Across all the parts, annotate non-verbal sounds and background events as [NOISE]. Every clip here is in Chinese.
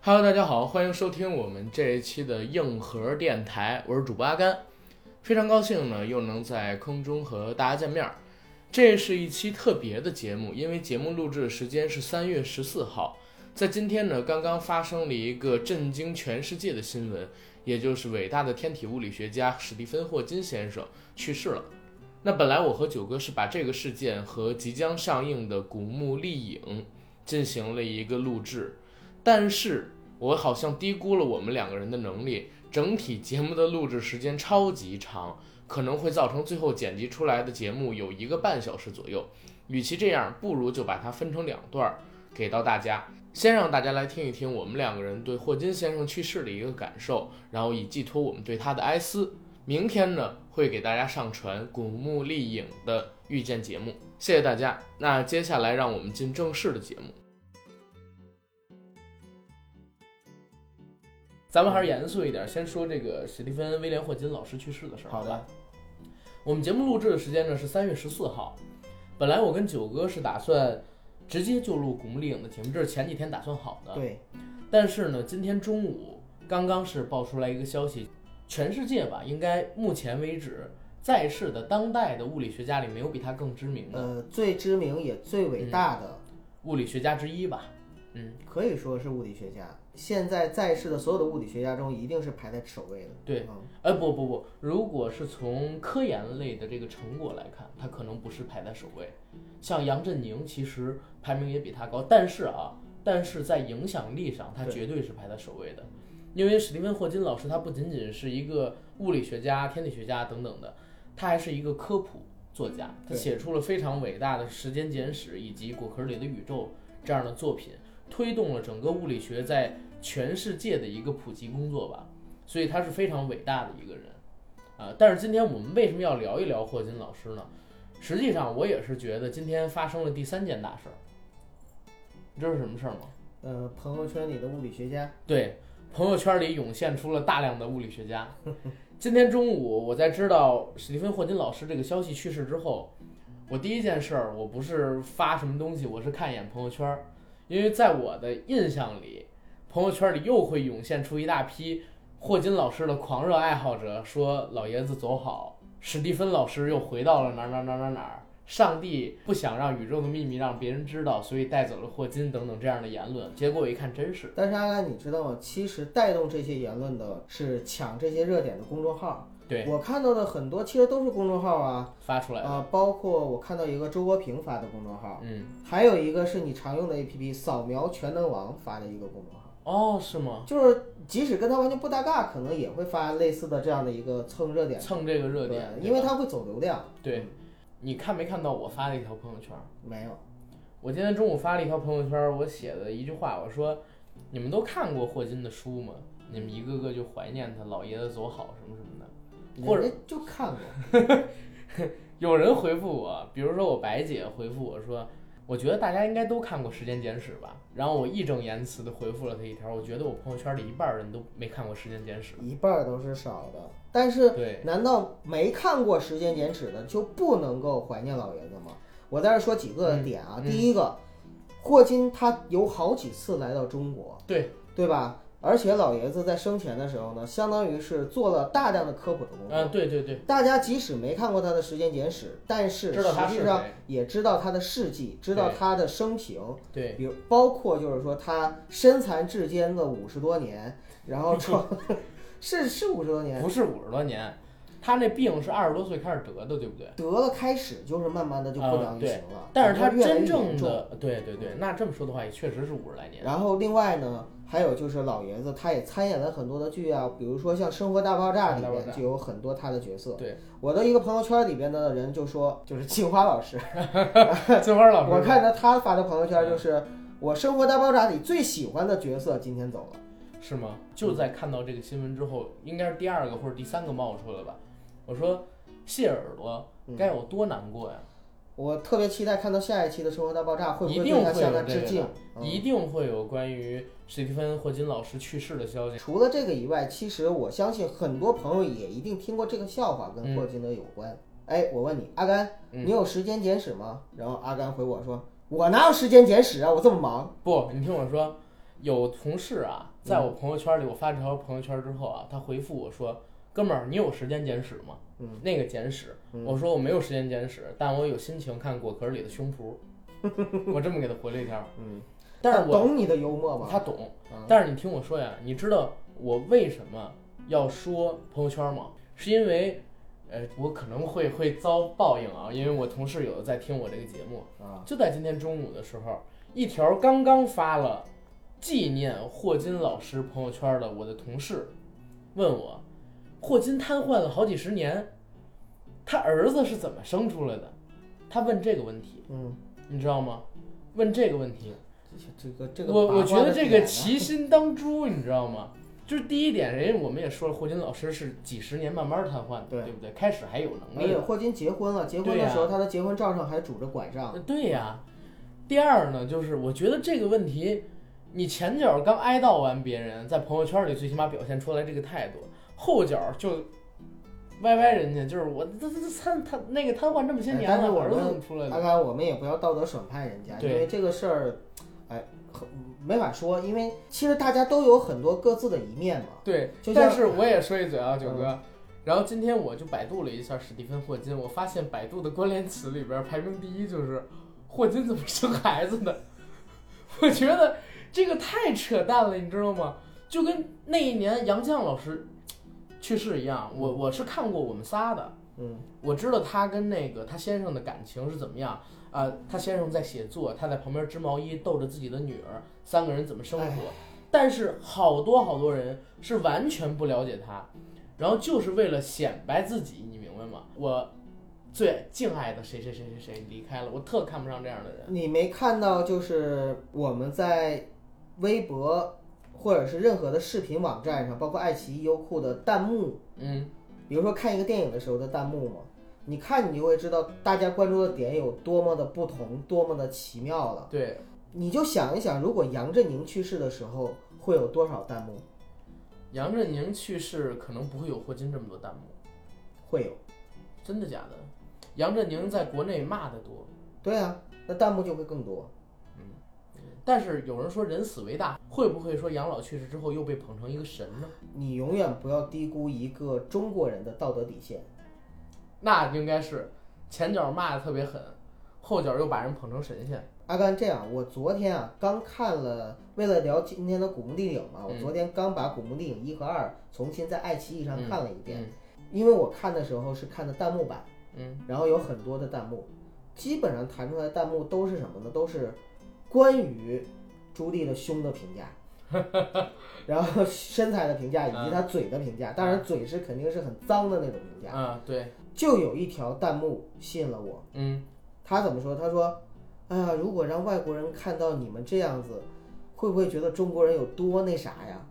Hello，大家好，欢迎收听我们这一期的硬核电台，我是主播阿甘，非常高兴呢又能在空中和大家见面儿。这是一期特别的节目，因为节目录制的时间是三月十四号，在今天呢刚刚发生了一个震惊全世界的新闻，也就是伟大的天体物理学家史蒂芬霍金先生去世了。那本来我和九哥是把这个事件和即将上映的《古墓丽影》进行了一个录制，但是我好像低估了我们两个人的能力，整体节目的录制时间超级长，可能会造成最后剪辑出来的节目有一个半小时左右。与其这样，不如就把它分成两段儿给到大家，先让大家来听一听我们两个人对霍金先生去世的一个感受，然后以寄托我们对他的哀思。明天呢，会给大家上传《古墓丽影》的遇见节目，谢谢大家。那接下来让我们进正式的节目。咱们还是严肃一点，先说这个史蒂芬·威廉·霍金老师去世的事儿。好的，我们节目录制的时间呢是三月十四号，本来我跟九哥是打算直接就录《古墓丽影》的节目，这是前几天打算好的。对，但是呢，今天中午刚刚是爆出来一个消息，全世界吧，应该目前为止在世的当代的物理学家里没有比他更知名嗯的呃，最知名也最伟大的，物理学家之一吧。嗯，可以说是物理学家。现在在世的所有的物理学家中，一定是排在首位的。对嗯，哎，不不不，如果是从科研类的这个成果来看，他可能不是排在首位。像杨振宁，其实排名也比他高，但是啊，但是在影响力上，他对绝对是排在首位的。因为史蒂芬霍金老师，他不仅仅是一个物理学家、天体学家等等的，他还是一个科普作家，他嗯对写出了非常伟大的《时间简史》以及《果壳里的宇宙》这样的作品，推动了整个物理学在全世界的一个普及工作吧。所以他是非常伟大的一个人，啊、但是今天我们为什么要聊一聊霍金老师呢？实际上，我也是觉得今天发生了第三件大事儿，你知道是什么事儿吗？呃，朋友圈里的物理学家，对，朋友圈里涌现出了大量的物理学家。 [LAUGHS] 今天中午，我在知道史蒂芬霍金老师这个消息去世之后，我第一件事儿，我不是发什么东西，我是看一眼朋友圈儿，因为在我的印象里，朋友圈里又会涌现出一大批霍金老师的狂热爱好者，说老爷子走好，史蒂芬老师又回到了哪儿哪儿哪儿哪儿哪儿。上帝不想让宇宙的秘密让别人知道，所以带走了霍金等等这样的言论。结果我一看，真是但是阿甘，你知道吗？其实带动这些言论的是抢这些热点的公众号。对我看到的很多其实都是公众号啊，发出来的。呃，包括我看到一个周国平发的公众号，嗯，还有一个是你常用的 APP 扫描全能王发的一个公众号。哦，是吗？就是即使跟他完全不搭嘎，可能也会发类似的这样的一个蹭热点，蹭这个热点，对对吧因为它会走流量。对，你看没看到我发了一条朋友圈？没有，我今天中午发了一条朋友圈，我写的一句话，我说：“你们都看过霍金的书吗？你们一个个就怀念他，老爷子走好什么什么的。”或者人家就看过，有人回复我，比如说我白姐回复我说，我觉得大家应该都看过《时间简史》吧。然后我义正言辞的回复了她一条，我觉得我朋友圈里一半人都没看过《时间简史一半儿都是少的。但是，对难道没看过《时间简史》的就不能够怀念老爷子吗？我在这说几个点啊，嗯嗯第一个，霍金他有好几次来到中国，》。对，对吧？而且老爷子在生前的时候呢，相当于是做了大量的科普的工嗯、作。对对对，大家即使没看过他的《时间简史》，但是知道他实是际上谁也知道他的事迹，知道对他的生平，对，比如包括就是说他身残志坚了五十多年，然 [LAUGHS] 后创是是五十多年，不是五十多年，他那病是二十多岁开始得的，对不对？啊得了开始就是慢慢的就不良于行了，但是他啊越来越真正严重。的，对对对，那这么说的话，也确实是五十来年。然后另外呢，还有就是老爷子他也参演了很多的剧啊，比如说像《生活大爆炸》生活里大爆面炸就有很多他的角色。 [LAUGHS] 对，我的一个朋友圈里边的人就说，就是庆华老师，金花老师，嗯我看到他发的朋友圈就是我《生活大爆炸》里最喜欢的角色今天走了。是吗？就在看到这个新闻之后，应该是第二个或者第三个冒出来吧。我说谢耳朵嗯该有多难过呀！我特别期待看到下一期的《生活大爆炸》会不一会定对他会向有他这致个敬的。嗯一定会有关于史蒂芬霍金老师去世的消息。嗯除了这个以外，其实我相信很多朋友也一定听过这个笑话，跟嗯霍金的有关。哎，我问你，阿甘，嗯你有《时间简史》吗？然后阿甘回我说，我哪有《时间简史》啊，我这么忙。不，你听我说，有同事啊在我朋友圈里，我发这条朋友圈之后啊，他回复我说：“哥们儿，你有时间简史吗？”嗯，那个简史，嗯我说我没有时间简史，但我有心情看果壳里的胸脯。我这么给他回了 [LAUGHS] 一条，嗯，但他是我懂你的幽默吧？他懂，啊但是你听我说呀，你知道我为什么要说朋友圈吗？是因为，呃，我可能会会遭报应啊，因为我同事有的在听我这个节目，啊，就在今天中午的时候，一条刚刚发了纪念霍金老师朋友圈的我的同事问我，霍金瘫痪了好几十年，他儿子是怎么生出来的？他问这个问题，嗯，你知道吗？问这个问题，这个这个，我我觉得这个奇，其心当诛，你知道吗？就是第一点，人家我们也说了，霍金老师是几十年慢慢瘫痪的，对对不对？开始还有能而力且，哎霍金结婚了，结婚对的呀时候他的结婚照上还拄着拐杖，呃对呀、第二呢，就是我觉得这个问题，你前脚刚哀悼完别人，在朋友圈里最起码表现出来这个态度，后脚就歪歪人家，就是我这这这瘫他那个瘫痪这么些哎年但是了，我儿子们怎么出来阿的？甘，我们也不要道德审判人家，因对为这个事儿，哎，很没法说，因为其实大家都有很多各自的一面嘛。对就，像嗯但是我也说一嘴啊，九哥。然后今天我就百度了一下史蒂芬霍金，我发现百度的关联词里边排名第一就是霍金怎么生孩子的， [LAUGHS] 我觉得这个太扯淡了，你知道吗？就跟那一年杨绛老师去世一样，我我是看过我们仨的，嗯我知道他跟那个他先生的感情是怎么样啊、他先生在写作，他在旁边织毛衣，逗着自己的女儿，三个人怎么生活哎。但是好多好多人是完全不了解他，然后就是为了显摆自己，你明白吗？我最敬爱的谁谁谁谁谁离开了，我特看不上这样的人。你没看到就是我们在微博或者是任何的视频网站上，包括爱奇艺、优酷的弹幕，嗯，比如说看一个电影的时候的弹幕嘛，你看你就会知道大家关注的点有多么的不同，多么的奇妙了。对，你就想一想，如果杨振宁去世的时候会有多少弹幕？杨振宁去世可能不会有霍金这么多弹幕，会有。真的假的？杨振宁在国内骂的多，对啊，那弹幕就会更多。但是有人说人死为大，会不会说养老去世之后又被捧成一个神呢？你永远不要低估一个中国人的道德底线。那应该是前脚骂的特别狠，后脚又把人捧成神仙。阿甘，这样，我昨天啊刚看了，为了聊今天的古墓丽影嘛，我嗯昨天刚把古墓丽影一和二重新在爱奇艺上嗯看了一遍，嗯因为我看的时候是看的弹幕版，嗯，然后有很多的弹幕，基本上弹出来的弹幕都是什么呢？都是关于朱棣的胸的评价。 [LAUGHS] 然后身材的评价以啊及他嘴的评价，当然嘴是肯定是很脏的那种评价。啊，对，就有一条弹幕吸引了我，嗯，他怎么说？他说：“哎呀，如果让外国人看到你们这样子，会不会觉得中国人有多那啥呀？”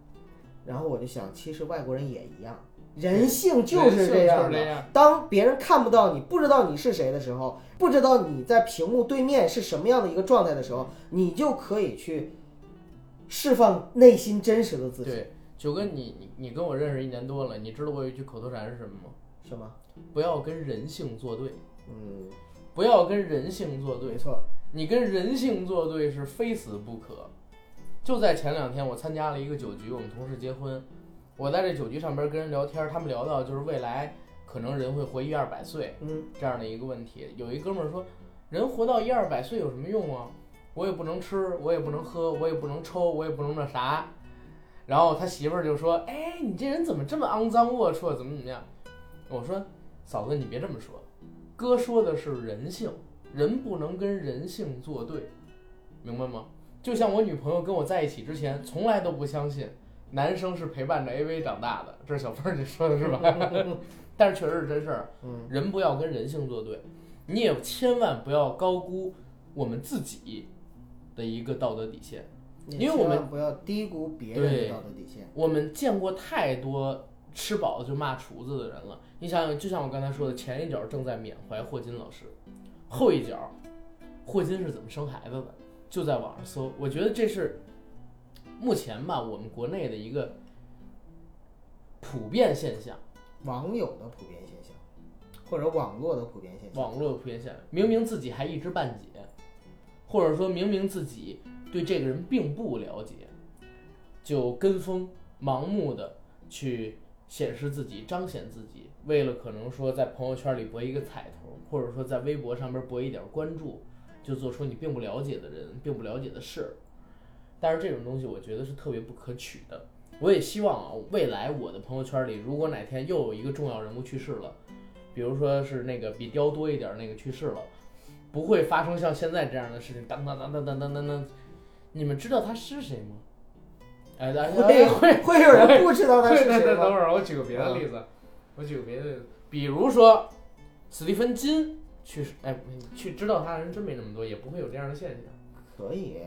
然后我就想，其实外国人也一样，人性嗯就是这人性样就是这的样。当别人看不到你，不知道你是谁的时候，不知道你在屏幕对面是什么样的一个状态的时候，你就可以去释放内心真实的自己，对。九哥，你你你跟我认识一年多了，你知道我有一句口头禅是什么吗？是吗？不要跟人性作对，嗯，不要跟人性作对没。错。你跟人性作对是非死不可。就在前两天，我参加了一个酒局，我们同事结婚，我在这酒局上边跟人聊天，他们聊到就是未来可能人会活一二百岁，嗯，这样的一个问题。有一哥们儿说，人活到一二百岁有什么用啊？我也不能吃，我也不能喝，我也不能抽，我也不能那啥。然后他媳妇儿就说：“哎，你这人怎么这么肮脏龌龊，怎么怎么样？”我说：“嫂子，你别这么说，哥说的是人性，人不能跟人性作对，明白吗？就像我女朋友跟我在一起之前，从来都不相信男生是陪伴着 AV 长大的，这是小凤儿你说的是吧？ [LAUGHS] 但是确实是真事儿，啊嗯，人不要跟人性作对，你也千万不要高估我们自己的一个道德底线。因为我们千万不要低估别人的道德底线。我们见过太多吃饱了就骂厨子的人了。你想想，就像我刚才说的，前一脚正在缅怀霍金老师，后一脚，霍金是怎么生孩子的，就在网上搜。我觉得这是目前吧，我们国内的一个普遍现象，网友的普遍现象，或者网络的普遍现象。网络的普遍现象。明明自己还一知半解，或者说明明自己对这个人并不了解，就跟风、盲目的去显示自己、彰显自己，为了可能说在朋友圈里博一个彩头，或者说在微博上面博一点关注，就做出你并不了解的人、并不了解的事。但是这种东西，我觉得是特别不可取的。我也希望啊，未来我的朋友圈里，如果哪天又有一个重要人物去世了，比如说是那个比雕多一点儿那个去世了，不会发生像现在这样的事情。当当当当当当当当，你们知道他是谁吗？哎，大家会会 [LAUGHS] 会有人不知道他是对对谁对，等吗？嗯会儿我举个别的例子，我举个别的例子，比如说斯蒂芬金去世，哎，去知道他的人真没那么多，也不会有这样的现象。可以，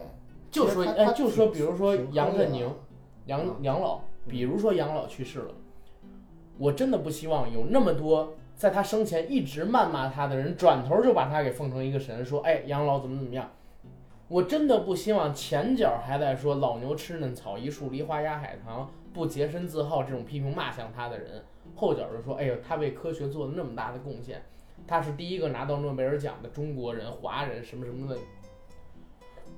就说其实他哎，他就挺说比如说挺杨挺振宁高的，啊杨嗯杨老，比如说杨老去世了，我真的不希望有那么多在他生前一直谩骂他的人，转头就把他给奉成一个神，说哎杨老怎么怎么样。我真的不希望前脚还在说老牛吃嫩草，一树梨花压海棠，不洁身自好这种批评骂向他的人，后脚就说哎呦他为科学做了那么大的贡献，他是第一个拿到诺贝尔奖的中国人、华人什么什么的。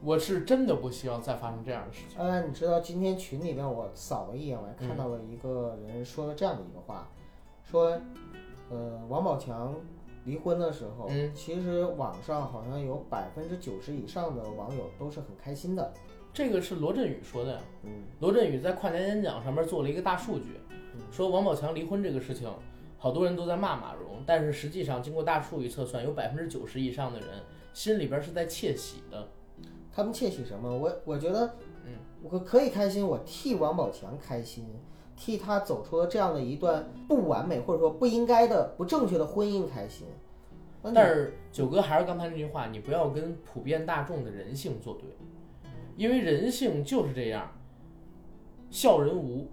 我是真的不希望再发生这样的事情。安嗯安，你知道今天群里面我扫了一眼，我还嗯看到了一个人说了这样的一个话，说，呃，王宝强离婚的时候，嗯其实网上好像有百分之九十以上的网友都是很开心的，这个是罗振宇说的呀。嗯，罗振宇在跨年演讲上面做了一个大数据，说王宝强离婚这个事情，好多人都在骂马蓉，但是实际上经过大数据测算，有百分之九十以上的人心里边是在窃喜的。他们窃喜什么？我我觉得，嗯，我可以开心，我替王宝强开心，替他走出了这样的一段不完美或者说不应该的、不正确的婚姻开心。那你但是九哥还是刚才那句话，你不要跟普遍大众的人性作对，因为人性就是这样，笑人无，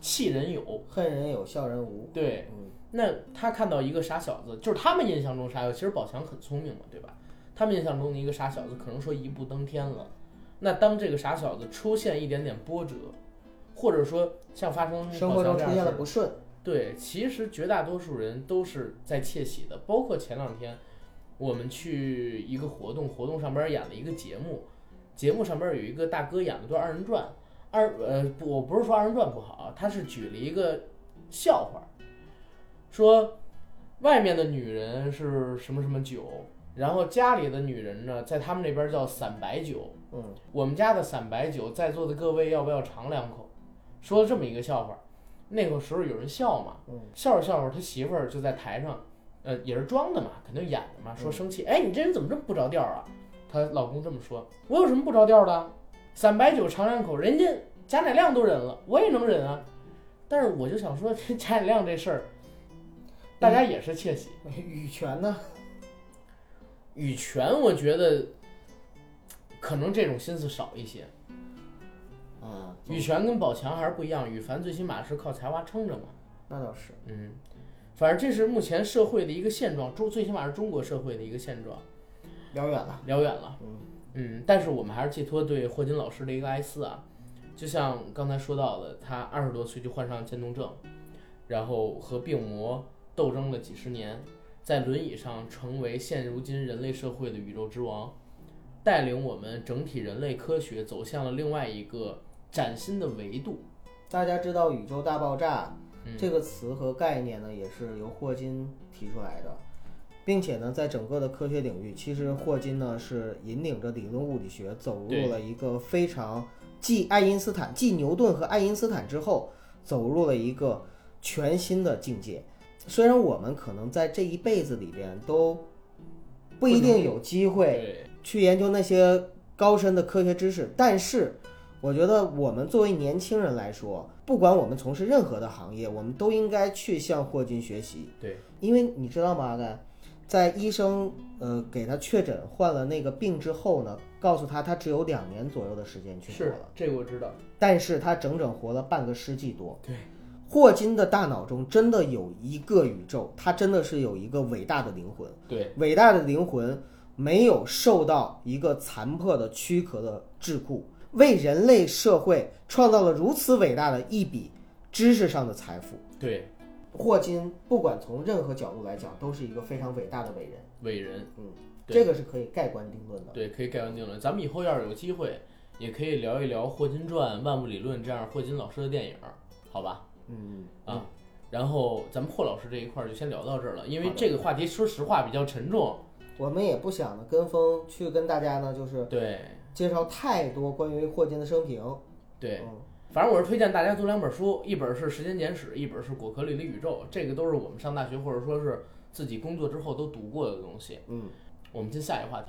气人有。恨人有笑人无，对，嗯，那他看到一个傻小子，就是他们印象中傻小子，其实宝强很聪明嘛，对吧？他们印象中的一个傻小子，可能说一步登天了。那当这个傻小子出现一点点波折，或者说嗯像发生生活宝强中这出样的现了事不顺，对，其实绝大多数人都是在窃喜的，包括前两天我们去一个活动，活动上边演了一个节目，节目上边有一个大哥演了段二人转，二呃不，我不是说二人转不好啊，他是举了一个笑话，说外面的女人是什么什么酒，然后家里的女人呢，在他们那边叫散白酒，嗯。我们家的散白酒，在座的各位要不要尝两口？说了这么一个笑话，那个时候有人笑嘛，嗯笑着笑着，他媳妇儿就在台上，呃，也是装的嘛，肯定演的嘛，说生气，哎，你这人怎么这么不着调啊？她老公这么说，我有什么不着调的？啊散白酒尝两口，人家贾乃亮都忍了，我也能忍啊。但是我就想说， [LAUGHS] 这贾乃亮这事儿，大家也是窃嗯喜。羽泉呢？羽泉，我觉得可能这种心思少一些。啊，羽泉跟宝强还是不一样，羽凡最起码是靠才华撑着嘛。那倒是。嗯，反正这是目前社会的一个现状，中最起码是中国社会的一个现状，聊远了，聊远了。嗯啊嗯，但是我们还是寄托对霍金老师的一个哀思啊，就像刚才说到的，他二十多岁就患上渐冻症，然后和病魔斗争了几十年，在轮椅上成为现如今人类社会的宇宙之王，带领我们整体人类科学走向了另外一个崭新的维度。大家知道“宇宙大爆炸”嗯这个词和概念呢，也是由霍金提出来的，并且呢，在整个的科学领域，其实霍金呢是引领着理论物理学走对入了一个非常继爱因斯坦、继牛顿和爱因斯坦之后，走入了一个全新的境界。虽然我们可能在这一辈子里边都不一定有机会对去研究那些高深的科学知识，但是我觉得我们作为年轻人来说，不管我们从事任何的行业，我们都应该去向霍金学习。对，因为你知道吗，阿甘，在医生呃给他确诊患了那个病之后呢，告诉他他只有两年左右的时间去活是了，这个我知道。但是他整整活了半个世纪多。对，霍金的大脑中真的有一个宇宙，他真的是有一个伟大的灵魂。对，伟大的灵魂没有受到一个残破的躯壳的桎梏，为人类社会创造了如此伟大的一笔知识上的财富。对，霍金不管从任何角度来讲，都是一个非常伟大的伟人，伟人，嗯，对这个是可以盖棺定论的。对，可以盖棺定论。咱们以后要是有机会，也可以聊一聊《霍金传》《万物理论》这样霍金老师的电影儿，好吧？嗯啊，然后咱们霍老师这一块儿就先聊到这儿了，因为好的这个话题说实话比较沉重。嗯我们也不想呢跟风去跟大家呢，就是对介绍太多关于霍金的生平。对，嗯反正我是推荐大家读两本书，一本是《时间简史》，一本是《果壳里的宇宙》，这个都是我们上大学或者说是自己工作之后都读过的东西。嗯。我们进下一个话题。